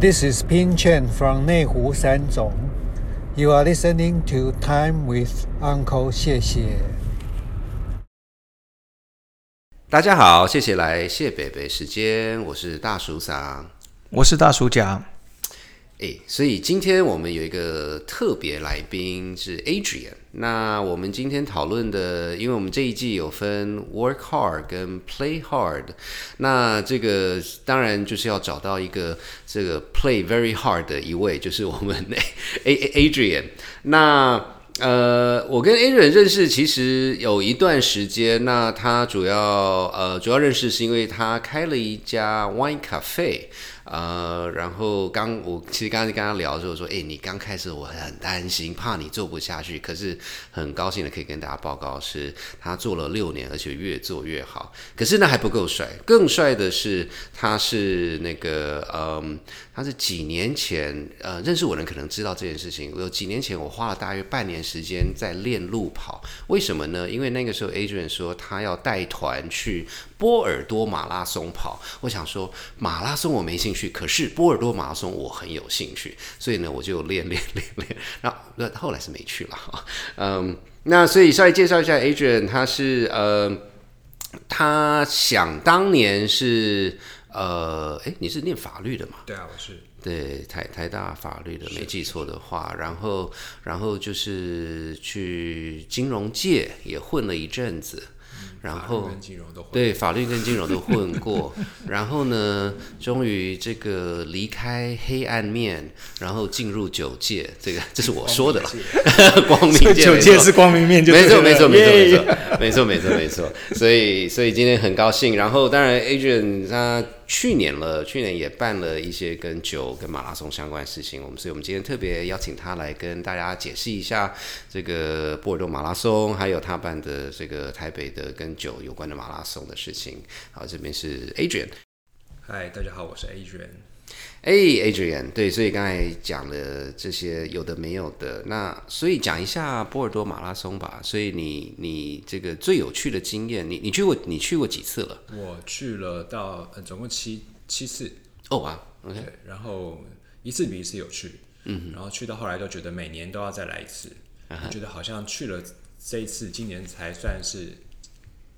This is Pin Chen from 内湖三总。You are listening to Time with Uncle。谢谢。大家好，谢谢来谢北北时间，我是大叔桑。我是大叔甲，诶，哎所以今天我们有一个特别来宾是 Adrian。那我们今天讨论的，因为我们这一季有分 work hard 跟 play hard，那这个当然就是要找到一个这个 play very hard 的一位，就是我们 A A Adrian。那呃，我跟 Adrian 认识其实有一段时间，那他主要呃主要认识是因为他开了一家 wine cafe，呃，然后刚我其实刚才跟他聊的时候说，哎、你刚开始我很担心，怕你做不下去，可是很高兴的可以跟大家报告是，他做了六年，而且越做越好。可是那还不够帅，更帅的是他是那个嗯，他是几年前呃认识我的人可能知道这件事情，有几年前我花了大约半年时间在练路跑，为什么呢？因为那个时候 Adrian 说他要带团去波尔多马拉松跑，我想说马拉松我没兴趣，可是波尔多马拉松我很有兴趣，所以呢我就练练练练，然后那后来是没去了哈，嗯，那所以稍微介绍一下 Adrian，他是呃，他想当年是呃，哎，你是念法律的嘛？对啊，我是对，台台大法律的，没记错的话，然后然后就是去金融界也混了一阵子，然后嗯跟金融都对法律跟金融都混过， 然后呢，终于这个离开黑暗面，然后进入九界，这个这是我说的了， 光明界，九没界错是光明面就没对错，了，没错，没错，没耶错， 没错，没错，没错。所以，所以今天很高兴。然后，当然，Adrian 他去年了，去年也办了一些跟酒、跟马拉松相关的事情。我们，所以我们今天特别邀请他来跟大家解释一下这个波尔多马拉松，还有他办的这个台北的跟酒有关的马拉松的事情。好，这边是 Adrian。嗨，大家好，我是 Adrian。哎，Adrian，对，所以刚才讲了这些有的没有的，那所以讲一下波尔多马拉松吧。所以你你这个最有趣的经验，你你去过你去过几次了？我去了到、呃、总共七七次，哦啊，OK，对，然后一次比一次有趣，嗯，然后去到后来都觉得每年都要再来一次，我觉得好像去了这一次，今年才算是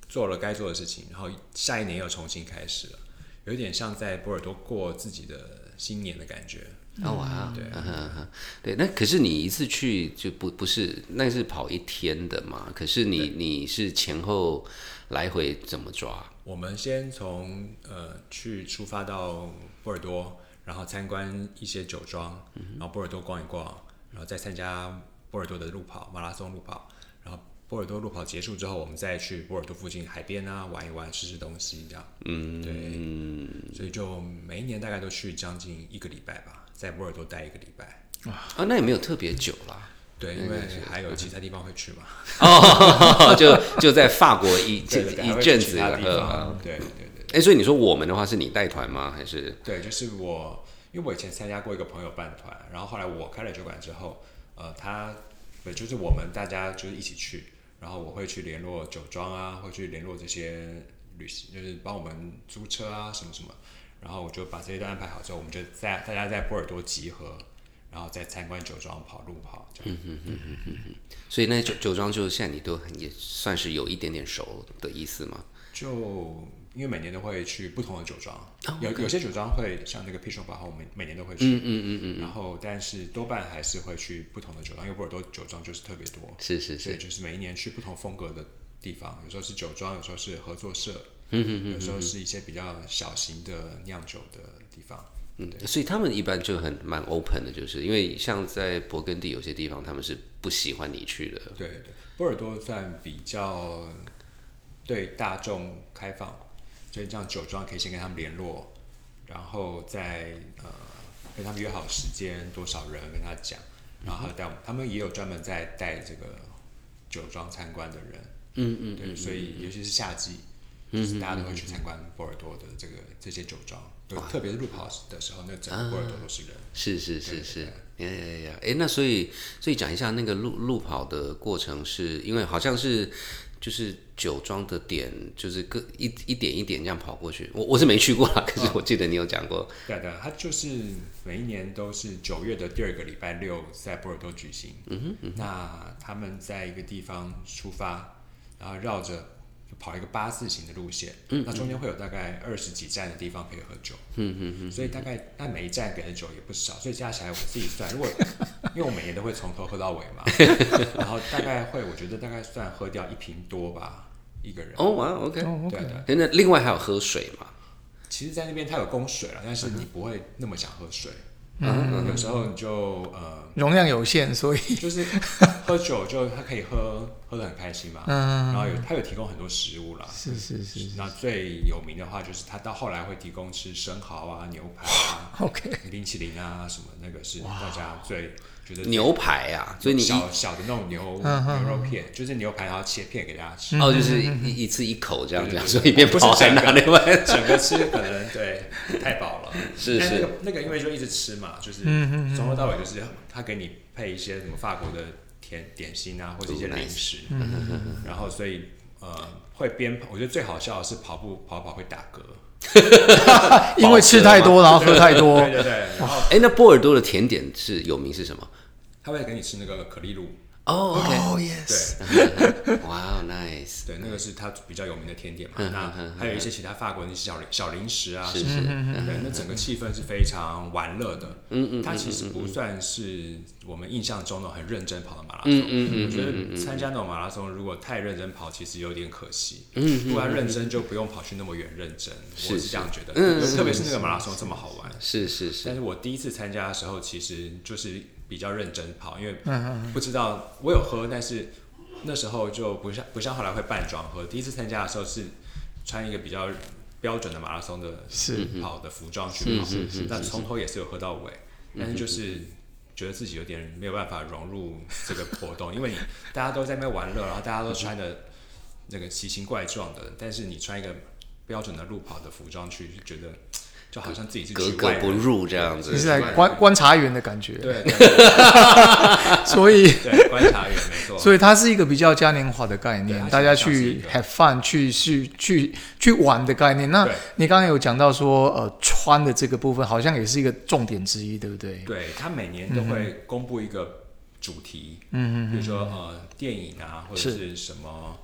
做了该做的事情，然后下一年又重新开始了，有点像在波尔多过自己的新年的感觉。哦哇，对嗯哼嗯哼对，那可是你一次去就不不是那是跑一天的嘛？可是你你是前后来回怎么抓？我们先从呃去出发到波尔多，然后参观一些酒庄，嗯然后波尔多逛一逛，然后再参加波尔多的路跑马拉松路跑，然后波尔多路跑结束之后，我们再去波尔多附近海边啊玩一玩，吃吃东西这样。嗯，对，嗯所以就每一年大概都去将近一个礼拜吧，在波尔多待一个礼拜。啊，那也没有特别久啦。 对，因为嗯还有其他地方会去嘛，哦，就就在法国 一对对对还一会阵去子，其他然地后啊方，对对对。哎、所以你说我们的话是你带团吗？还是对，就是我，因为我以前参加过一个朋友办团，然后后来我开了酒馆之后，呃，他不就是我们大家就是一起去，然后我会去联络酒庄啊，会去联络这些旅行，就是帮我们租车啊什么什么，然后我就把这些都安排好之后，我们就在大家在波尔多集合，然后再参观酒庄、跑路跑这样。所以那酒酒庄就现在你都也算是有一点点熟的意思吗？就因为每年都会去不同的酒庄有有些酒庄会像那个 p i c h o b a 我们每年都会去，嗯嗯嗯然后但是多半还是会去不同的酒庄，因为波尔多酒庄就是特别多，是是所是，以就是每一年去不同风格的地方，有时候是酒庄，有时候是合作社，有时候是一些比较小型的酿酒的地方。嗯，所以他们一般就很蛮 open 的，就是因为像在勃艮第有些地方他们是不喜欢你去的，对对，波尔多算比较对大众开放，所以这样酒庄可以先跟他们联络，然后再呃跟他们约好时间，多少人跟他讲，然后带我们，他们也有专门在带这个酒庄参观的人，嗯嗯，对，所以尤其是夏季，就是大家都会去参观波尔多的这个这些酒庄，就特别是路跑的时候，那整个波尔多都是人。是是是对是，呀呀呀，哎，那所以所以讲一下那个路路跑的过程是，因为好像是就是酒庄的点，就是各一一点一点这样跑过去。我我是没去过啦，哦可是我记得你有讲过，对啊对啊，它就是每一年都是九月的第二个礼拜六在波尔多举行。嗯哼，那他们在一个地方出发，然后绕着就跑一个八字形的路线，嗯那中间会有大概二十几站的地方可以喝酒。嗯嗯嗯，所以大概那每一站给的酒也不少，所以加起来我自己算， 如果因为我每年都会从头喝到尾 嘛，然后大概会我觉得大概算喝掉一瓶多吧，一个人。哦哇，OK，哦对啊对啊。诶那另外还有喝水嘛？其实，在那边它有供水了，但嗯是你不会那么想喝水。嗯，有时候你就呃，容量有限，所以 就是喝酒就他可以喝，喝得很开心嘛。嗯然后有他有提供很多食物啦。是是是是那最有名的话就是他到后来会提供吃生蚝啊、牛排啊、 ，OK，冰淇淋啊什么，那个是大家最觉得牛排啊，所以你一小小的那种牛嗯牛肉片，就是牛排然后切片给大家吃。哦就是嗯一一次一口这样这样，对所以一边哦不是跑还整拿个另外。整个吃可能对太饱了，是但是那个那个因为就一直吃嘛，就是从头到尾就是他给你配一些什么法国的甜点心啊，或者一些零食，然后所以呃会边跑，我觉得最好笑的是跑步跑跑会打嗝，因为吃太多，然后喝太哦多对，对对，然后哎，那波尔多的甜点是有名是什么？他会给你吃那个可丽露，哦哦对 yes， ，OK，哇，nice，对，那个是他比较有名的甜点嘛，那还有一些其他法国的一些小零小零食啊，是什么是，对，那整个气氛是非常玩乐的。嗯嗯，它其实不算是我们印象中的很认真跑的马拉松。嗯嗯嗯，我觉得参加那种马拉松，如果太认真跑，其实有点可惜。嗯，如果要认真，就不用跑去那么远认真。我是这样觉得，特别是那个马拉松这么好玩。是是是但，是我第一次参加的时候，其实就是比较认真跑，因为嗯不知道我有喝，但是那时候就不像不像后来会半装喝。第一次参加的时候是穿一个比较标准的马拉松的是跑的服装去跑是是是，嗯那从头也是有喝到尾，但 是就是。觉得自己有点没有办法融入这个活动，因为你大家都在那边玩乐，然后大家都穿的那个奇形怪状的，但是你穿一个标准的路跑的服装去，就觉得就好像自己是格局格外人不入这样你子。啊是来观观察员的感觉，对对所以对，观察员没错。所以它是一个比较嘉年华的概对它念，是大家像是一去个 have fun，去去去去玩的概念。那对你刚刚有讲到说，呃，穿的这个部分好像也是一个重点之一，对不对？对他每年都嗯会公布一个主题，嗯嗯，比如说呃电影啊，或者是是什么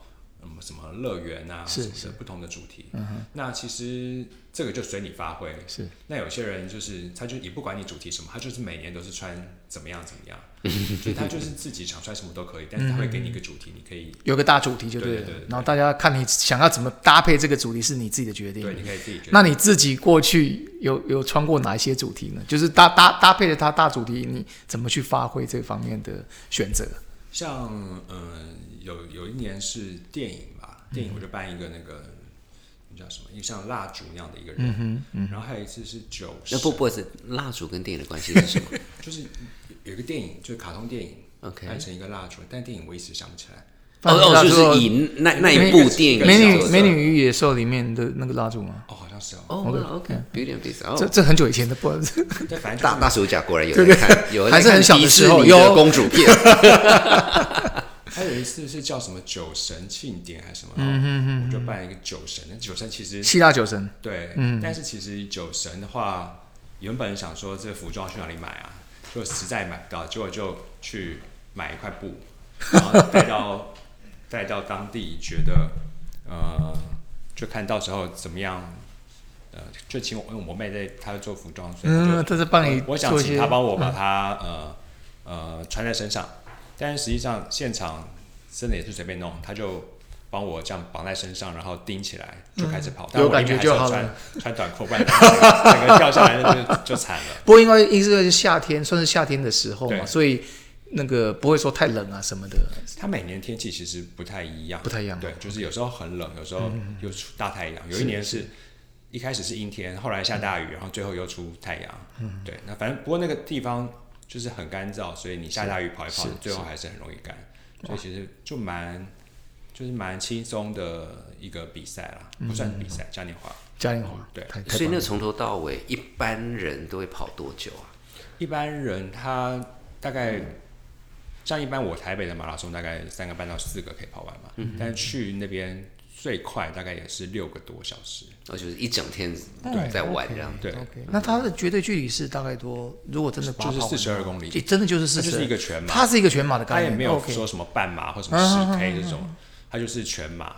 嗯什么乐园啊，是嗯什么的不同的主题。那其实这个就随你发挥。是，那有些人就是他就也不管你主题什么，他就是每年都是穿怎么样 怎么样，所以他就是自己想穿什么都可以，但是他会给你一个主题，你可以 有个大主题就对了，对对对对然后大家看你想要怎么搭配这个主题是你自己的决定。对，你可以自己决定。那你自己过去有有穿过哪一些主题呢？就是搭搭搭配着它大主题，你怎么去发挥这方面的选择？哦像嗯、呃有有一年是电影吧，电影我就扮一个那个那叫什么，一个像蜡烛那样的一个人，然后还有一次是酒那神，不不是蜡烛跟电影的关系是什么就是有一个电影，就是卡通电影 ？OK，扮成一个蜡烛，但电影我一时想不起来，哦哦，就是以那那一部电影美为女角色美女与野兽》里面的那个蜡烛吗？哦，好像是哦，哦哇，OK，beauty and beast，这哦，这很久以前的，不好意思。但反正就是 大大手甲果然有人看，有人还是很小的时候有有公主片，还有一次是叫什么酒神庆典还是什么，然后我就扮一个酒神，那酒神其实希腊酒神对，但是其实酒神的话，原本想说这服装去哪里买啊，就实在买不到，结果就去买一块布，然后带到带到当地，觉得呃，就看到时候怎么样，呃，就请我，因为我妹在她做服装，所以她就嗯，他在帮你我想做一请些嗯他帮我把它、呃呃穿在身上，但是实际上现场真的也是随便弄，他就帮我这样绑在身上，然后钉起来就开始跑，嗯但有我感里面觉还就是好要穿穿短裤，不然整个掉 下来就就惨了。不过因为因为是夏天，算是夏天的时候嘛，对所以那个不会说太冷啊什么的。它每年天气其实不太一样，不太一样对，就是有时候很冷，有时候又出大太阳。有一年是一开始是阴天，后来下大雨，然后最后又出太阳。对，那反正不过那个地方就是很干燥，所以你下大雨跑一跑，最后还是很容易干。所以其实就蛮就是蛮轻松的一个比赛啦，不算比赛，嘉年华。嘉年华，对太太所以棒那了从头到尾，一般人都会跑多久啊？嗯一般人他大概像一般我台北的马拉松大概三个半到四个可以跑完嘛，嗯但是去那边最快大概也是六个多小时。而哦且是一整天对在玩这样。对，嗯 OK，那它的绝对距离是大概多？如果真的就是八跑完42公里就真的就是四它就十，是一个全马它是一个全马的他概也念。没有 OK 嗯说什么半马或什么十 K 这种，他就是全马。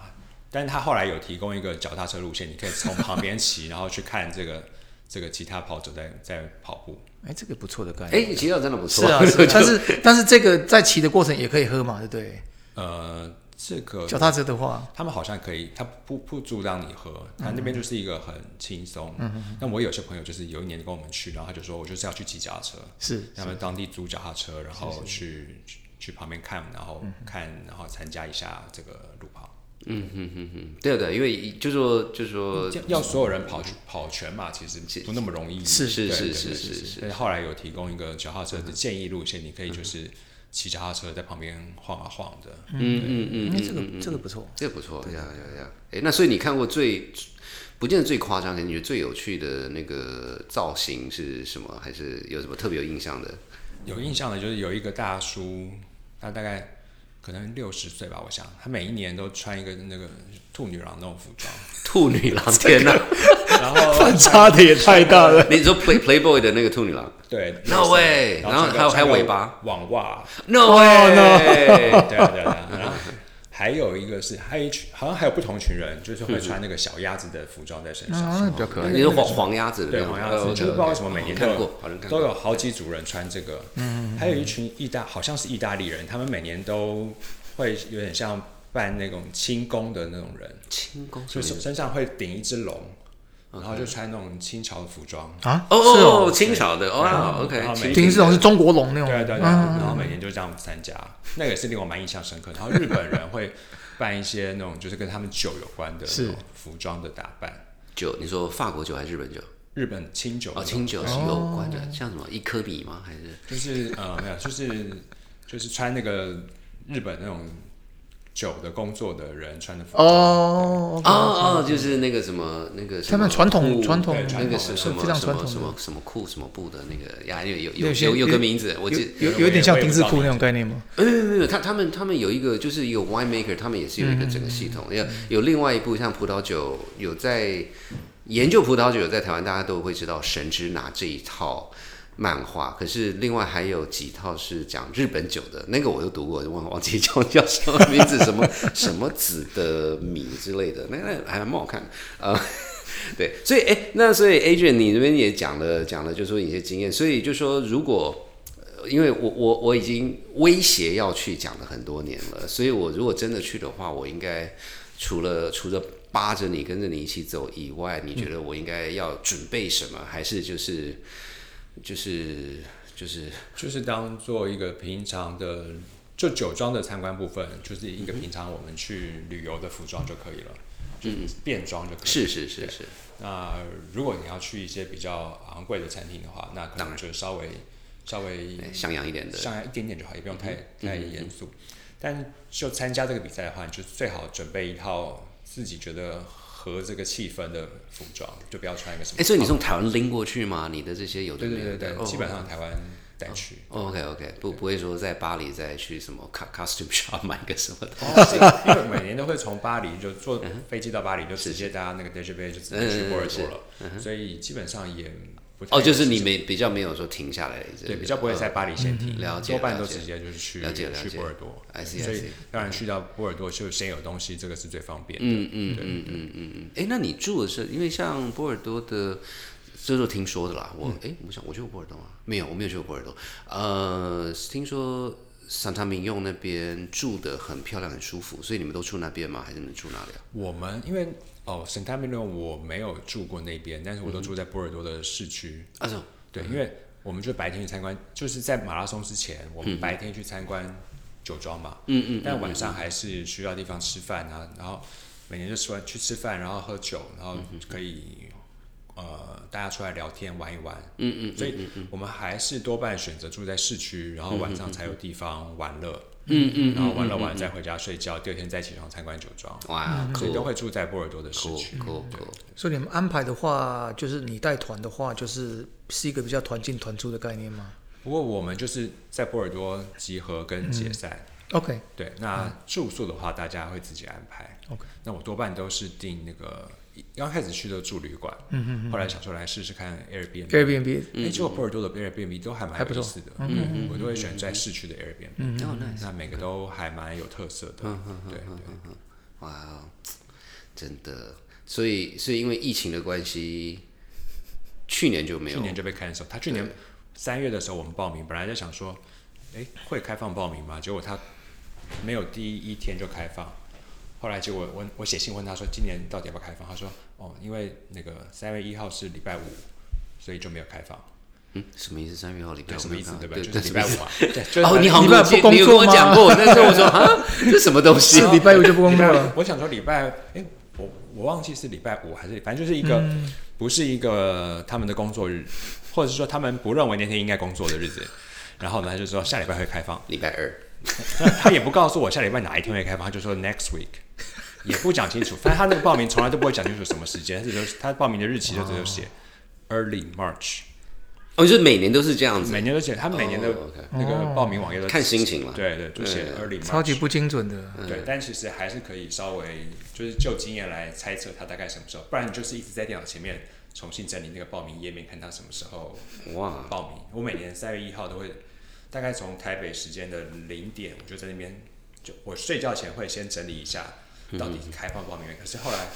但是他后来有提供一个脚踏车路线，你可以从旁边骑， 然后去看这个这个其他跑者在在跑步。哎，这个不错的概念。哎，其实真的不错，是啊，是啊但是但是这个在骑的过程也可以喝嘛，对不对？呃，这个脚踏车的话，他们好像可以，他不不阻挡你喝，他那边就是一个很轻松。嗯那我有些朋友就是有一年跟我们去，然后他就说我就是要去骑脚踏车，是他们当地租脚踏车，然后去去去旁边看，然后看，然后参加一下这个路跑。嗯哼哼哼，对的，因为就说就说要要所有人跑跑全马，其实不那么容易。是是对是对是对是是嗯但后来有提供一个脚踏车的建议路线，你可以就是骑脚踏车在旁边晃啊晃的。嗯嗯嗯嗯，这个这个不错。这不错，呀呀呀！哎，那所以你看过最，不见得最夸张，可能你觉得最有趣的那个造型是什么？还是有什么特别有印象的？有印象的就是有一个大叔，他大概可能六十岁吧，我想，他每一年都穿一个那个兔女郎那种服装，兔女郎，天哪！然后 反差的也太大 了。你说 Play Playboy 的那个兔女郎对 No way！然然后穿还有个还有穿个尾巴网袜， ？No way！对对啊对啊，然后还有一个是，还有一群，好像还有不同群人，就是会穿那个小鸭子的服装在身上，啊，比较可爱。你是黄黄鸭子的对，那种好像是，哦就是不嗯知道为什么每年都看过有，好像看都过。有好几组人穿这个，嗯，还有一群意大，好像是意大利人，他们每年都会有点像扮那种清宫的那种人，轻功就是身上会顶一只龙，然后就穿那种清朝的服装，啊，哦是哦，清朝的哇嗯然后，OK，每顶这种是中国龙那种。对啊对啊对嗯啊，然后每年就这样参加，那个也是令我蛮印象深刻的。然后日本人会办一些那种就是跟他们酒有关的是那种服装的打扮，酒，你说法国酒还是日本酒？日本清酒那哦，种清酒是有关的，像什么一颗米吗？还是就是呃没有，就是就是穿那个日本那种酒的工作的人穿的服装，哦，哦哦，就是那个什么那个什么他们传统布传统对那传统个是的什么非常什传么统的什么什么裤什么布的那个呀，有有有有些有有个有名字，我记有有有点像丁字裤那种概念吗？没有没有没有，他他们他们有一个就是一个 wine maker，他们也是有一个整个系统，有有另外一部像葡萄酒，有在研究葡萄酒，在台湾大家都会知道《神之拿》这一套漫画，可是另外还有几套是讲日本酒的，那个我都读过，就忘忘记叫叫什么名字，什么什么子的米之类的，那那还蛮好看的，呃。对，所以哎，那所以 Adrian，你那边也讲了讲了，就说一些经验，所以就说如果因为我我我已经威胁要去讲了很多年了，所以我如果真的去的话，我应该除了除了扒着你跟着你一起走以外，你觉得我应该要准备什么？还是就是就是就是就是当做一个平常的。就酒庄的参观部分，就是一个嗯平常我们去旅游的服装就可以了，就是便装就可以了。嗯是是是是，那如果你要去一些比较昂贵的餐厅的话，那可能就稍微稍微哎嗯像样一点的，上来一点点就好，也不用太太严肃。但就参加这个比赛的话，你就最好准备一套自己觉得合这个气氛的服装，就不要穿一个什么。哎，所以你从台湾拎过去吗？你的这些有的对没对有对的，对，哦基本上台湾带去。 OK OK，不不会说在巴黎再去什么 co- costume shop 买个什么的，哦，因为每年都会从巴黎就坐飞机到巴黎，就直接搭那个 d j b 就直接去波尔多了，所以基本上也不太哦，就是你没比较没有说停下来，对比较不会在巴黎先停，嗯了解多半都了解直接就是去了解了解去波尔多 I，see, I 所 see 以当然去到波尔多就先有东西，这个是最方便的。嗯嗯嗯嗯嗯嗯。哎，那你住的是因为像波尔多的，这是听说的啦。嗯我哎、我想我去过波尔多吗？没有，我没有去过波尔多。呃，听说桑塔明用那边住的很漂亮，很舒服，所以你们都住那边吗？还是你们住哪里啊？我们因为哦，圣塔米伦我没有住过那边，但是我都住在波尔多的市区。啊，是哦对，因为我们就白天去参观，就是在马拉松之前，我们白天去参观酒庄嘛，嗯嗯，但晚上还是需要地方吃饭啊，然后每年就吃完去吃饭，然后喝酒，然后可以、呃大家出来聊天玩一玩，嗯嗯，所以我们还是多半选择住在市区，然后晚上才有地方玩乐，嗯嗯，然后玩乐完再回家睡觉，第二天再起床参观酒庄，哇，所以嗯都酷会住在波尔多的市酷区。酷酷。所以你们安排的话，就是你带团的话，就是是一个比较团进团出的概念吗？不过我们就是在波尔多集合跟解散。 OK，对，那住宿的话，大家会自己安排。 OK 那我多半都是订那个，刚开始去都住旅馆，嗯嗯，后来想说来试试看 Airbnb。 Airbnb 哎，结果波尔多的 Airbnb 都还还蛮不有意错思的，嗯，我都会选在市区的 Airbnb，嗯哦，nice 那每个都还蛮有特色的，对对，哇哦，真的，所以是因为疫情的关系，去年就没有去，年就被 cancel。他去年三月的时候我们报名，本来在想说，哎，会开放报名吗？结果他没有第一天就开放，后来结果我我写信问他说今年到底要不要开放，他说哦，因为那个三月一号是礼拜五，所以就没有开放。嗯，什么意思？三月号礼拜对，五什么没有意思？看到对，对吧？就是什礼么拜意五思啊。对，就是哦，你好礼像跟我拜五不记工你有跟作我吗讲过，但是我说啊，这什么东 西？是礼拜五就不工礼作拜了。我想说礼拜，哎，我我忘记是礼拜五还是，反正就是一个、嗯不是一个他们的工作日，或者是说他们不认为那天应该工作的日子。然后呢，他就说下礼拜会开放，礼拜二，那他也不告诉我下礼拜哪一天会开放，他就说 next week，也不讲清楚。反正他那个报名从来都不会讲清楚什么时间，他只是他报名的日期就只有写 early March，哦，就是每年都是这样子每，年都写，他每年的哦，OK 那个报名网页都哦看心情了。对对，就写 early March，超级不嗯精准的，对，但其实还是可以稍微就是就经验来猜测它大概什么时候，不然你就是一直在电脑前面重新整理那个报名页面，看它什么时候哇，报名。我每年三月一号都会，大概从台北时间的零点，我就在那边就我睡觉前会先整理一下到底开放报名页面，可是后来。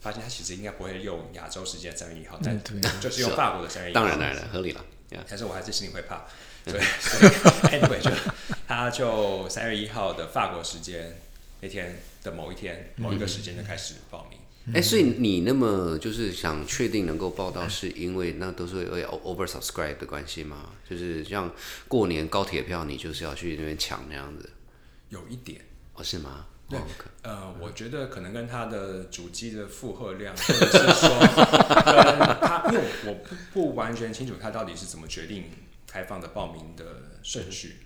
发现它其实应该不会用亚洲时间三月一号，但 就是用法国的三月一号。嗯当然当然了，合理了。Yeah 但是我还是心里会怕，对，所以 anyway 就 他就三月一号的法国时间那天的某一天某一个时间就开始报名，哎、所以你那么就是想确定能够报道，是因为那都是为 over subscribe 的关系吗？就是像过年高铁票，你就是要去那边抢那样子，有一点。哦，是吗？对哦，OK 呃，我觉得可能跟它的主机的负荷 量，或者是说跟它，因为我不不完全清楚它到底是怎么决定开放的报名的顺序，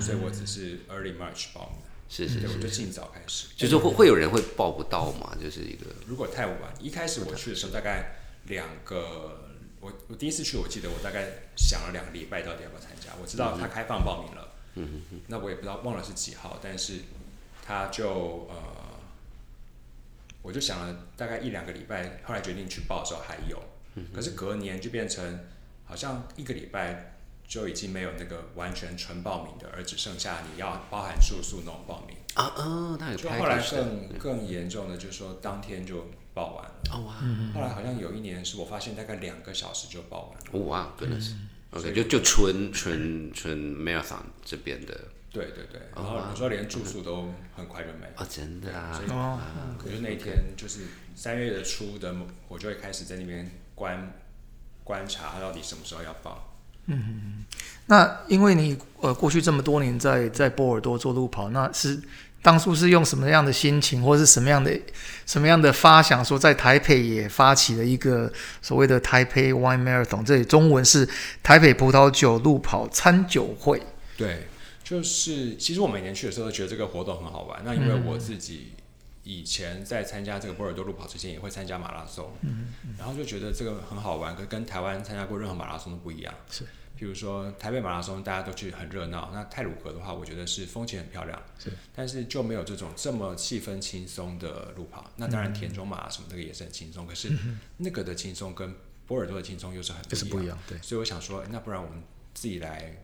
所以我只是 early March 报名，嗯是是对，是，我就尽早开始。就是会会有人会报不到嘛，就是一个如果太晚，一开始我去的时候大概两个，我我第一次去，我记得我大概想了两个礼拜到底要不要参加。我知道他开放报名了，嗯那我也不知道忘了是几号，但是他就呃，我就想了大概一两个礼拜，后来决定去报的时候还有，可是隔年就变成好像一个礼拜。就已经没有那个完全纯报名的，而只剩下你要包含住宿那种报名。啊啊，那有就后来 package 的更更严重的，就是说当天就报完了。哦哇后来好像有一年是我发现大概两个小时就报完了。哦哇，goodness。所 OK，以就就纯纯纯 marathon 这边的对对对，然后有时候连住宿都很快就没了。哦，真的啊所，哦，可是那一天就是三月的初的，我就会开始在那边观观察到底什么时候要报。那因为你呃过去这么多年在在波尔多做路跑，那是当初是用什么样的心情，或是什么样的什么样的发想，说在台北也发起了一个所谓的台北 Wine Marathon，这里中文是台北葡萄酒路跑餐酒会。对，就是其实我每年去的时候都觉得这个活动很好玩。那因为嗯我自己以前在参加这个波尔多路跑之前，也会参加马拉松，嗯然后就觉得这个很好玩，跟跟台湾参加过任何马拉松都不一样。是，譬如说台北马拉松，大家都去很热闹。那泰鲁阁的话，我觉得是风景很漂亮，是，但是就没有这种这么气氛轻松的路跑。那当嗯然，田中马什么这个也是很轻松，可是那个的轻松跟波尔多的轻松又是很不就是不一样对所以我想说，哎那不然我们自己来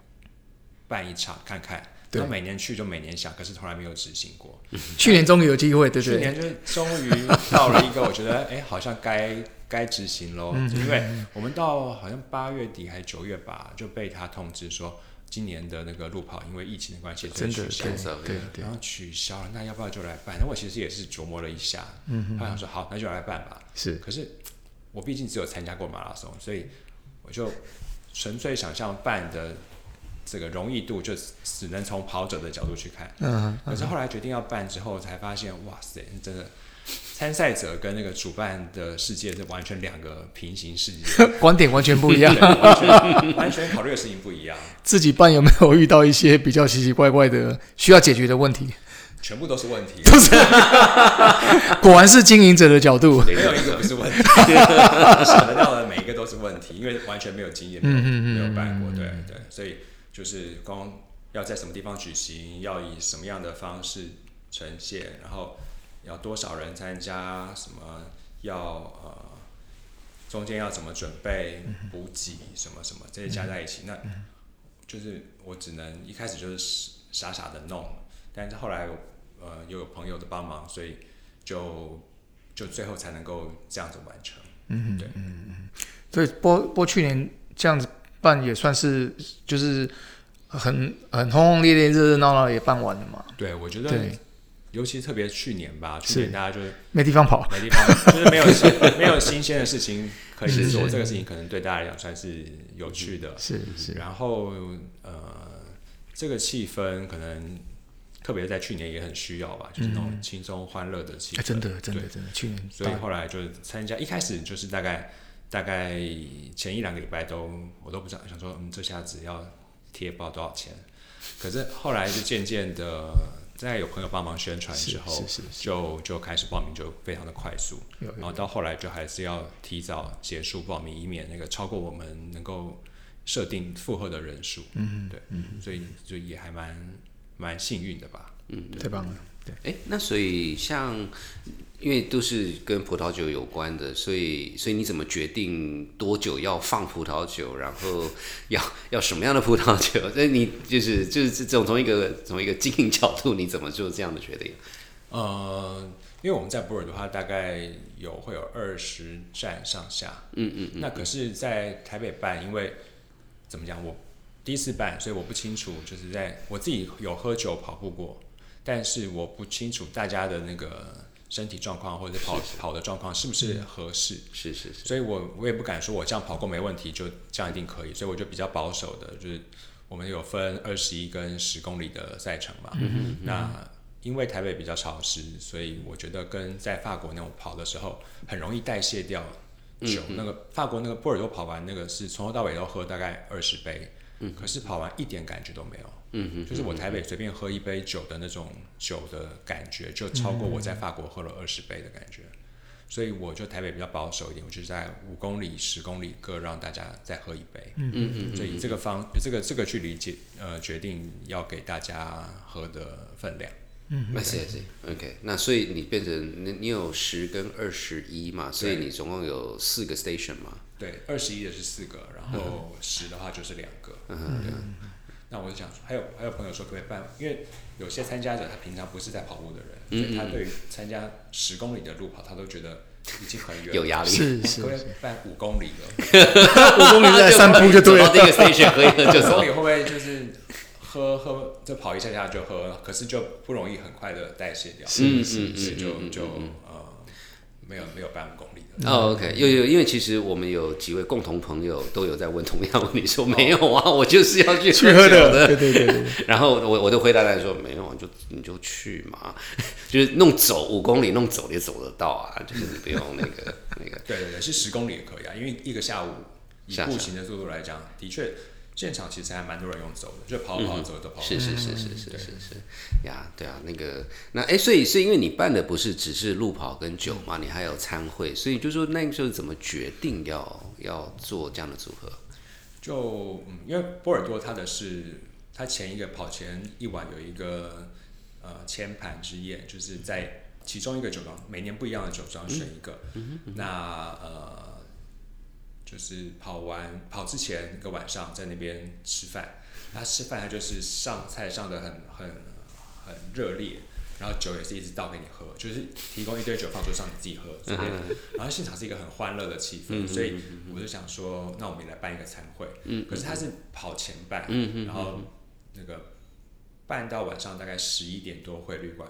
办一场看看。对那每年去就每年想，可是从来没有执行过。去年终于有机会，对不去对？年就是终于到了一个我觉得哎、好像该该执行喽，嗯因为我们到好像八月底还是九月吧，就被他通知说今年的那个路跑因为疫情的关系，所真以的取消对选手对对然，后取消了，那要不要就来办？那我其实也是琢磨了一下，嗯，他想说好，那就来办吧。是可是我毕竟只有参加过马拉松，所以我就纯粹想象办的这个容易度，就只能从跑者的角度去 看。嗯，可是后来决定要办之后，才发现，哇塞，真的，参赛者跟那个主办的世界是完全两个平行 世界，观点完全不一样对。完全完全考虑的事情不一样，自己办有没有遇到一些比较奇奇怪怪的需要解决的问题？全部都是问题，都是，果然是经营者的角度。没有一个不是问题，想得到的每一个都是问题，因为完全没有经验，没有没有办过，对对，所以就是光要在什么地方举行，要以什么样的方式呈现，然后要多少人参加，什么要呃中间要怎么准备补给，什么什么这些加在一起，那就是我只能一开始就是傻傻的弄，但是后来呃又有朋友的帮忙，所以就就最后才能够这样子完成。嗯，对。所以波波去年这样子办也算是就是很很轰轰烈烈、热热闹闹地也办完了嘛，对，我觉得对，哦尤其特别去年吧，是去年大家就是没地方跑。没地方，就是没有新没有新鲜的事情可以是做，是这个事情可能对大家来讲算是有趣的。是是，然后呃，这个气氛可能特别在去年也很需要吧，就是那种轻松欢乐的气氛。嗯哎，真的真的对真的，去年所以大后来就是参加，一开始就是大概大概前一两个礼拜都我都不知道，想说嗯，这下子要贴不知道多少钱。可是后来就渐渐的，在有朋友帮忙宣传是之后是，是是就就开始报名就非常的快速，有然后到后来就还是要提早结束报名，以免那个超过我们能够设定负荷的人数。嗯，对，所以就也还蛮蛮幸运的吧。太棒了，对，哎，那所以像，因为都是跟葡萄酒有关的，所以所以你怎么决定多久要放葡萄酒，然后 要要什么样的葡萄酒？ 那你就是就是这种从一个从一个经营角度，你怎么做这样的决定？呃，因为我们在博尔的话，大概有会有二十站上下。嗯嗯那可是，在台北办，因为怎么讲，我第一次办，所以我不清楚，就是在我自己有喝酒跑步过，但是我不清楚大家的那个身体状况或者是跑跑的状况是不是合适。是是是，所以我我也不敢说我这样跑过没问题，就这样一定可以，所以我就比较保守的，就是我们有分二十一跟十公里的赛程嗯嘛。那因为台北比较潮湿，所以我觉得跟在法国那种跑的时候，很容易代谢掉嗯酒。那个法国那个波尔多跑完那个是从头到尾都喝大概二十杯，可是跑完一点感觉都没有。嗯嗯，就是我台北随便喝一杯酒的那种酒的感觉，就超过我在法国喝了二十杯的感觉，所以我就台北比较保守一点，我就是在五公里、十公里各让大家再喝一杯，嗯嗯嗯，所以这个方这个这个去理解呃决定要给大家喝的分量，嗯 I see, I see. OK，那所以你变成你你有十跟二十一嘛，所以你总共有四个 station 嘛。对，二十一的是四个，然后十的话就是两个，嗯，对。那我就想说，还有还有朋友说可不可以办？因为有些参加者他平常不是在跑步的人，嗯所以他对于参加十公里的路跑，他都觉得已经很远了，有压力，是可不可以是，办五公里了？五公里在散步就对走 了到。 第一个 station 可以了 就五走 公里。会不会就是喝喝就跑一下下就喝，可是就不容易很快的代谢掉，嗯嗯所以嗯就嗯就呃没有没有办五公里的。哦、o k 又有，因为其实我们有几位共同朋友都有在问同样问题，说没有啊，我就是要去去喝喝酒的，对对对对，然后我我就回答他说没有啊，就你就去嘛， 就是弄走五公里，弄走也走得到啊，就是你不用那个那个，对对对，是十公里也可以啊，因为一个下午以下步行的速度来讲，的确现场其实还蛮多人用走的，就跑跑走走跑。是是是是嗯是是是，呀，对啊，那个那哎，所以是因为你办的不是只是路跑跟酒嘛，你还有参会，所以就说那个时候怎么决定要要做这样的组合？就嗯，因为波尔多它的是它前一个跑前一晚有一个呃千盘之夜，就是在其中一个酒庄，每年不一样的酒庄选一个。那呃，就是跑完跑之前一个晚上在那边吃饭，他吃饭他就是上菜上的很很很热烈。然后酒也是一直倒给你喝，就是提供一堆酒放桌上你自己喝，随便然后现场是一个很欢乐的气氛，所以我就想说，那我们也来办一个餐会。可是他是跑前办，然后那个办到晚上大概十一点多回旅馆，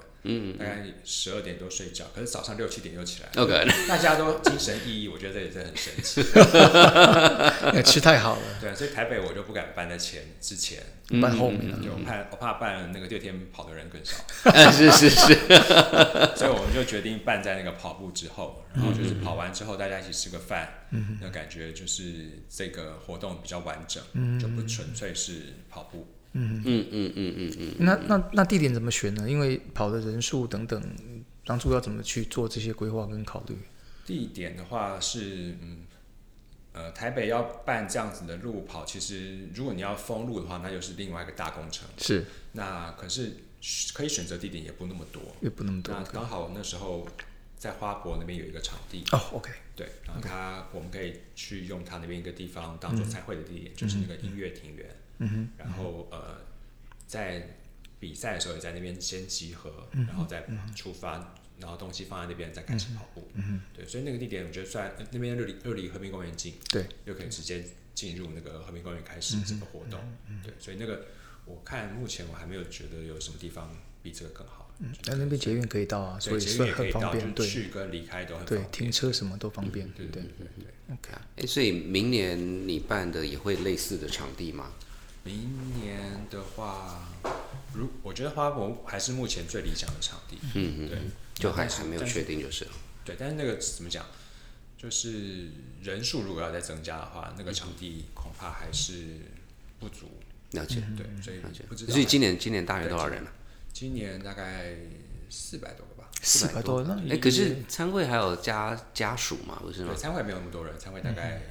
大概十二点多睡觉，可是早上六七点又起来， OK，大家都精神奕奕，我觉得这也是很神奇。 哎吃太好了，对，所以台北我就不敢办在前之前，办后面啊了。对我怕我怕办了那个第二天跑的人更少， 嗯， 是是是，所以我们就决定办在那个跑步之后，然后就是跑完之后大家一起吃个饭，那感觉就是这个活动比较完整，就不纯粹是跑步。嗯嗯嗯嗯嗯，那那那地点怎么选呢？因为跑的人数等等，当初要怎么去做这些规划跟考虑？地点的话是，嗯，呃，台北要办这样子的路跑，其实如果你要封路的话，那又是另外一个大工程。是那可是可以选择地点也不那么多。也不那么多那刚好那时候在花博那边有一个场地，哦，OK，对，然后它我们可以去用它那边一个地方当做参会的地点，就是那个音乐庭园。嗯哼，然后呃，在比赛的时候也在那边先集合，嗯然后再出发，然后东西放在那边再开始跑步。嗯，对，所以那个地点我觉得算呃那边又离又离和平公园近，对，又可以直接进入那个和平公园开嗯始这个活动。对，所以那个我看目前我还没有觉得有什么地方比这个更好。嗯，但那边捷运可以到啊，所对，以捷运算也可很以方到，就便，是对去跟离开都很方对，便。嗯停车什么都方便，对对对对对对。 ，OK，哎，所以明年你办的也会类似的场地吗？明年的话，如我觉得花博还是目前最理想的场地。嗯嗯，对就还但是还没有但是确定就是了。对，但是那个怎么讲，就是人数如果要再增加的话，嗯那个场地恐怕还是不足。了解，嗯对，所以了解嗯不。知道所以今年今年大约多少人了？啊今年大概四百多个吧。四百多，那哎，可是参会还有家家属嘛，不是嗯吗对，？参会没有那么多人，参会大概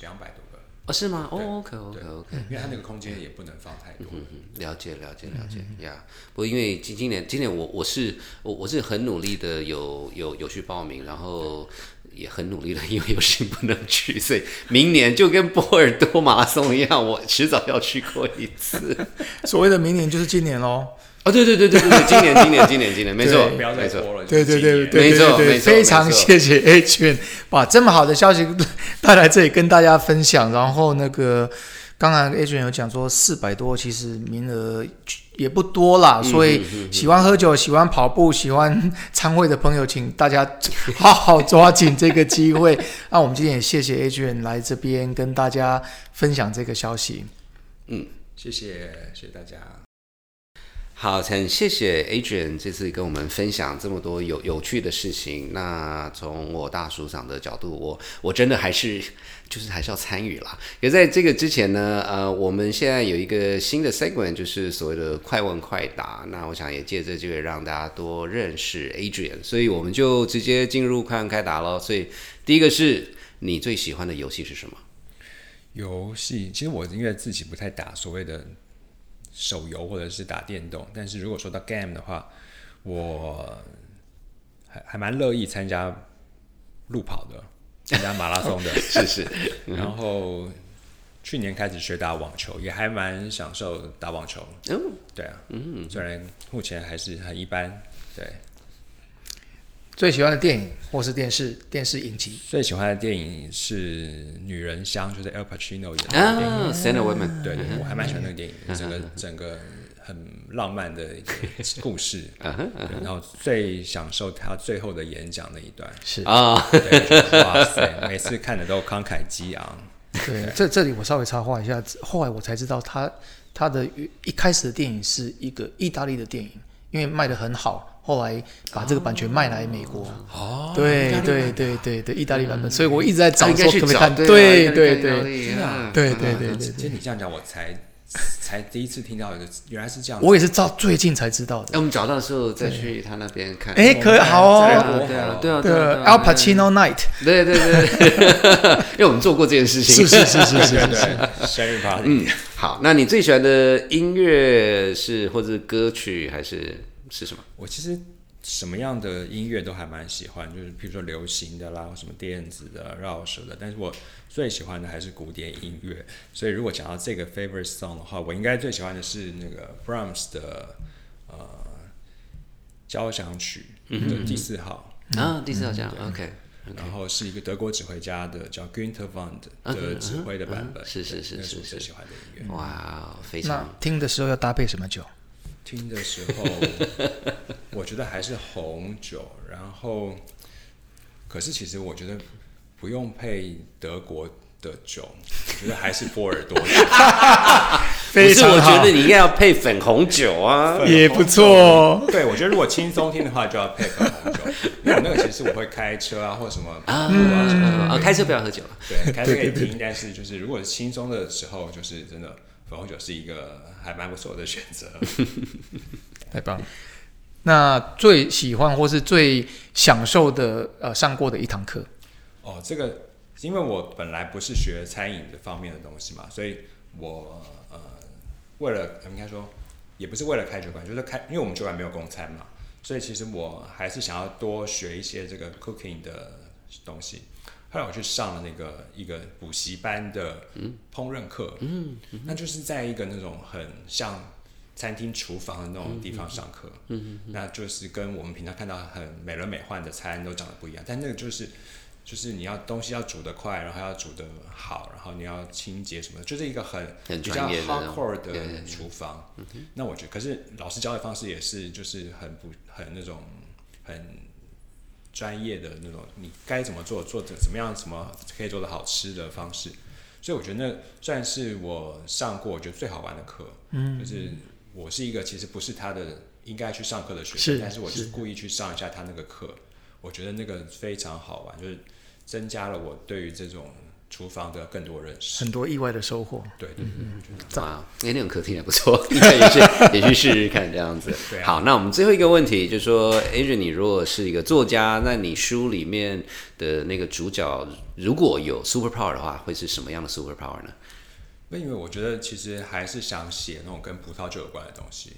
两百多个，哦，是吗？对哦，OK OK 对嗯 OK。因为它那个空间也不能放太多人。嗯，了解了解了解呀。不过因为今今年今年我我是我我是很努力的有有有去报名，然后也很努力的，因为有事不能去，所以明年就跟波尔多马拉松一样，我迟早要去过一次。所谓的明年就是今年喽，哦，对对对对对对，今年今年今年今年没错不要没再错。拖了。对就对是今对年没对对错对没对，错非常没错谢谢 A 圈把这么好的消息带来这里跟大家分享。然后那个刚才 A 圈有讲说四百多，其实名额也不多啦，嗯所以喜欢喝酒、喜欢跑步、喜欢参会的朋友，请大家好好抓紧这个机会。那我们今天也谢谢 A 圈来这边跟大家分享这个消息。谢谢谢谢大家。好，很谢谢 Adrian 这次跟我们分享这么多有有趣的事情。那从我大叔长的角度，我我真的还是就是还是要参与啦。也在这个之前呢，呃，我们现在有一个新的 segment，就是所谓的快问快答。那我想也借这机会让大家多认识 Adrian，所以我们就直接进入快问快答喽。所以第一个是你最喜欢的游戏是什么？游戏，其实我因为自己不太打所谓的手游或者是打电动，但是如果说到 game 的话，我还还蛮乐意参加路跑的，参加马拉松的。 是是，然后去年开始学打网球，也还蛮享受打网球。嗯，对啊，嗯，虽然目前还是很一般。对，最喜欢的电影或是电视电视影集，最喜欢的电影是《女人香》，就是 Al Pacino 演的那部电影。啊，Stand a Women，嗯对对，我还蛮喜欢那个电影的，整个整个很浪漫的一个 故事，嗯对然后最享受他最后的演讲那一 段，是啊。对就是哇塞，每次看的都慷慨激昂，对， 这这里我稍微插话一下，后来我才知道他他的一开始的电影是一个意大利的电影，因为卖的很好，后来把这个版权卖来美国。哦，对对对对对，意大利版本，所以我一直在找嗯应该说去可不可以找看。对对啊对应该对看对到了对对对对，其实你这样讲，我才才第一次听到，原来是这样，我也是到最近才知道哎，的。我们找到的时候再去他那边看。哎，可以好对哦，啊，对啊，对啊，对对啊对啊，Al Pacino Night，对对对，对 因为我们做过这件事情。是是是是是对是，对，生 日 party，嗯，好，那你最喜欢的音乐是或者是歌曲还是是什么？我其实什么样的音乐都还蛮喜欢，就是譬如说流行的啦，或什么电子的、饶舌的，但是我最喜欢的还是古典音乐。所以如果讲到这个 favorite song 的话，我应该最喜欢的是那个 Brahms 的呃交响曲的第四号，啊，第四好像 OK，然后是一个德国指挥家的叫 Günter Wand 嗯的指挥的版嗯本，是是对是那是我是最是喜欢的音乐。哇，非那常听的时候要搭配什么酒？啊听的时 候，我觉得还是红酒，然后，可是其实我觉得不用配德国的酒，我觉得还是波尔多的不非是，常我好觉得，你应该要配粉红酒啊。也不错哦。 对，我觉得如果轻松听的话，就要配粉红酒， 因为我那个其实我会开车啊，或什么啊嗯啊，开车不要喝酒啊。对，开车可以听，但是就是如果是轻松的时候，就是真的粉红酒是一个还蛮不错的选择。太棒了！那最喜欢或是最享受的呃上过的一堂课，哦，这个因为我本来不是学餐饮这方面的东西嘛，所以我呃，为了呃应该说也不是为了开酒馆，就是开，因为我们酒馆没有供餐嘛，所以其实我还是想要多学一些这个 cooking 的东西。后来我去上了那个一个补习班的烹饪课，嗯，那就是在一个那种很像餐厅厨房的那种地方上课，嗯，那就是跟我们平常看到很美轮美奂的餐都长得不一样，但那个就是就是你要东西要煮得快，然后要煮得好，然后你要清洁什么的，就是一个很很比较专业的那种 hardcore 对对的厨房。那我觉得，嗯可是老师教的方式也是就是很不很那种很专业的那种，你该怎么做，做怎怎么样，什么可以做的好吃的方式。所以我觉得那算是我上过我觉得最好玩的课，嗯，就是我是一个其实不是他的应该去上课的学生，是但是我是是故意去上一下他那个课，我觉得那个非常好玩，就是增加了我对于这种厨房的更多认识。很多意外的收获。对对对，我觉得哇，哎，那种客厅也不错， 你看也 是也去试试看这样子。对啊好，那我们最后一个问题就是说，Adrian，你如果是一个作家，那你书里面的那个主角如果有 super power 的话，会是什么样的 super power 呢？那因为我觉得其实还是想写那种跟葡萄酒有关的东西，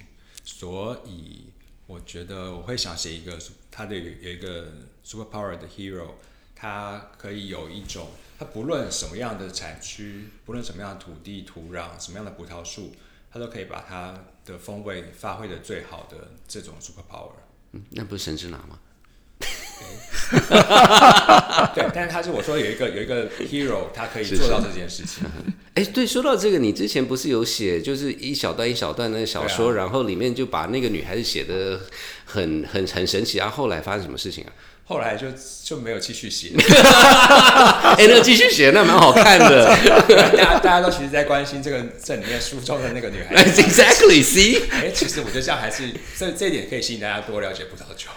所以我觉得我会想写一个他的有一个 super power 的 hero，他可以有一种，他不论什么样的产区，不论什么样的土地、土壤、什么样的葡萄树，他都可以把它的风味发挥的最好的这种 super power。 嗯，那不是神之拿吗？对，但是他是我说有一个有一个 hero，他可以是做到这件事情。哎，对，说到这个，你之前不是有写，就是一小段一小段的小说，啊然后里面就把那个女孩子写的很很很神奇啊。后来发生什么事情啊？ 后来就就没有继续写。哎，那继续写，那蛮好看的。大家大家都其实在关心这个这里面书中的那个女 孩子。 exactly, see？哎、其实我觉得这样还是这这一点可以吸引大家多了解葡萄酒。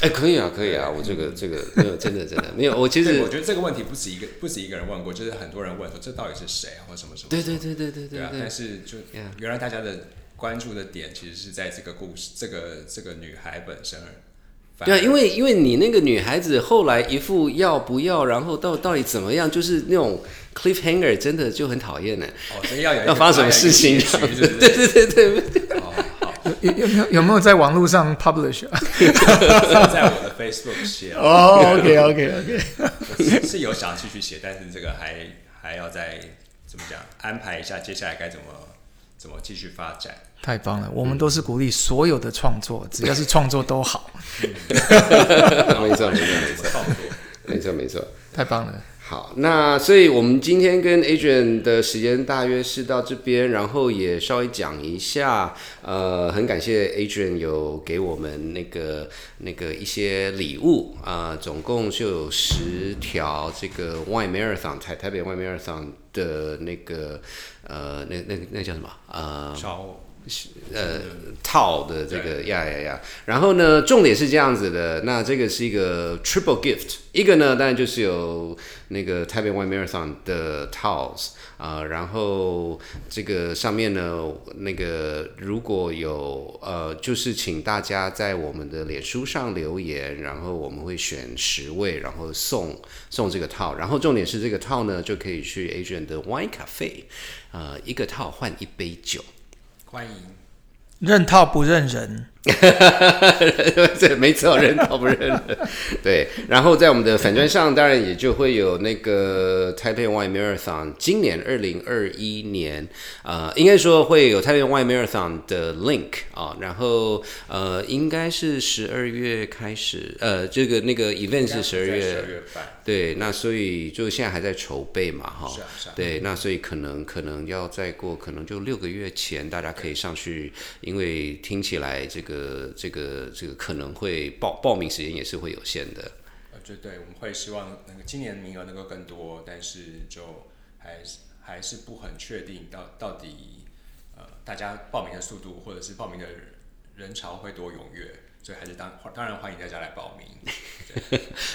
哎，可以啊，可以啊，我这个这个没有，真的真的没有。我其对，实我觉得这个问题不止一个不止一个人问过，就是很多人问说这到底是谁啊，或什么什么。对对对对对对对啊，对但，是就 Yeah 原来大家的关注的点其实是在这个故事，这个这个女孩本身而。反对而啊，因为因为你那个女孩子后来一副要不要，然后到到底怎么样，就是那种 cliffhanger，真的就很讨厌呢。 哦，所以要有一个要发生什么事情？发这样展子一个结局是不对是？对对对，哦，好， 有有有没有有没有在网络上 publish 啊？在我的 Facebook 写了，哦，OK OK OK，我是 是有想继续写，但是这个还还要再怎么讲安排一下，接下来该怎么怎么继续发展。 太棒了！我们都是鼓励所有的创作，只要是创作都好，没错没错没错创作没错没错。太棒了。好，那所以我们今天跟 Adrian 的时间大约是到这边，然后也稍微讲一下，呃，很感谢 Adrian 有给我们那个那个一些礼物啊、总共就有十条这个 Wine Marathon 台台北 Wine Marathon 的那个呃那那那叫什么呃超呃套的这个呀呀呀。然后呢，重点是这样子的，那这个是一个 triple gift，一个呢当然就是有那个台北 One Marathon 的 tiles 啊、然后这个上面呢，那个如果有呃，就是请大家在我们的脸书上留言，然后我们会选十位，然后送送这个套，然后重点是这个套呢就可以去 Adrian 的 Wine Cafe，呃，一个套换一杯酒。欢迎，认套不认人， 对，没错，人倒不认人。对，然后在我们的粉砖上，当然也就会有那个 Taipei Wine Marathon，今年二零二一年，呃，应该说会有 Taipei Wine Marathon 的 link 啊、然后呃，应该是十二月开始，呃，这个那个 event 是十二十月二，月半，对，那所以就现在还在筹备嘛，哈、嗯是啊是啊，对，那所以可能可能要再过，可能就六个月前，大家可以上去，因为听起来这个这个这个可能会报报名时间也是会有限的。我觉得呃对，我们会希望那个今年名额能够更多，但是就还是还是不很确定到到底呃大家报名的速度或者是报名的人潮会多踊跃，所以还是当当然欢迎大家来报名。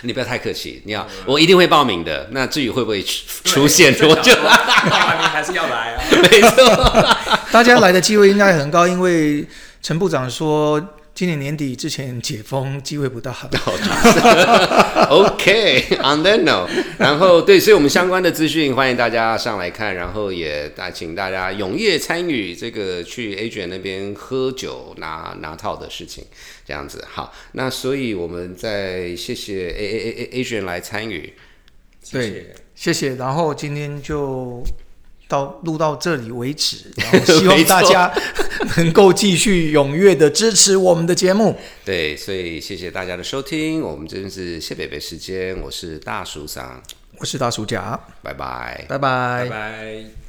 你不要太客气，你要我一定会报名的。那至于会不会出出现，嗯啊对我就 报名还是要来啊。 没错。大家来的机会应该很高，因为陈部长说今年年底之前解封机会不大。 OK，on、that note，然后对，所以我们相关的资讯欢迎大家上来看，然后也大请大家踊跃参与这个去 A 卷那边喝酒拿拿套的事情，这样子好。那所以我们再谢谢 A A A A A 卷来参与，谢谢，谢谢，然后今天就到录到这里为止，然后希望没错大家能够继续踊跃的支持我们的节目。对，所以谢谢大家的收听，我们真是谢北北时间，我是大叔桑，我是大暑假，拜拜。拜拜拜拜。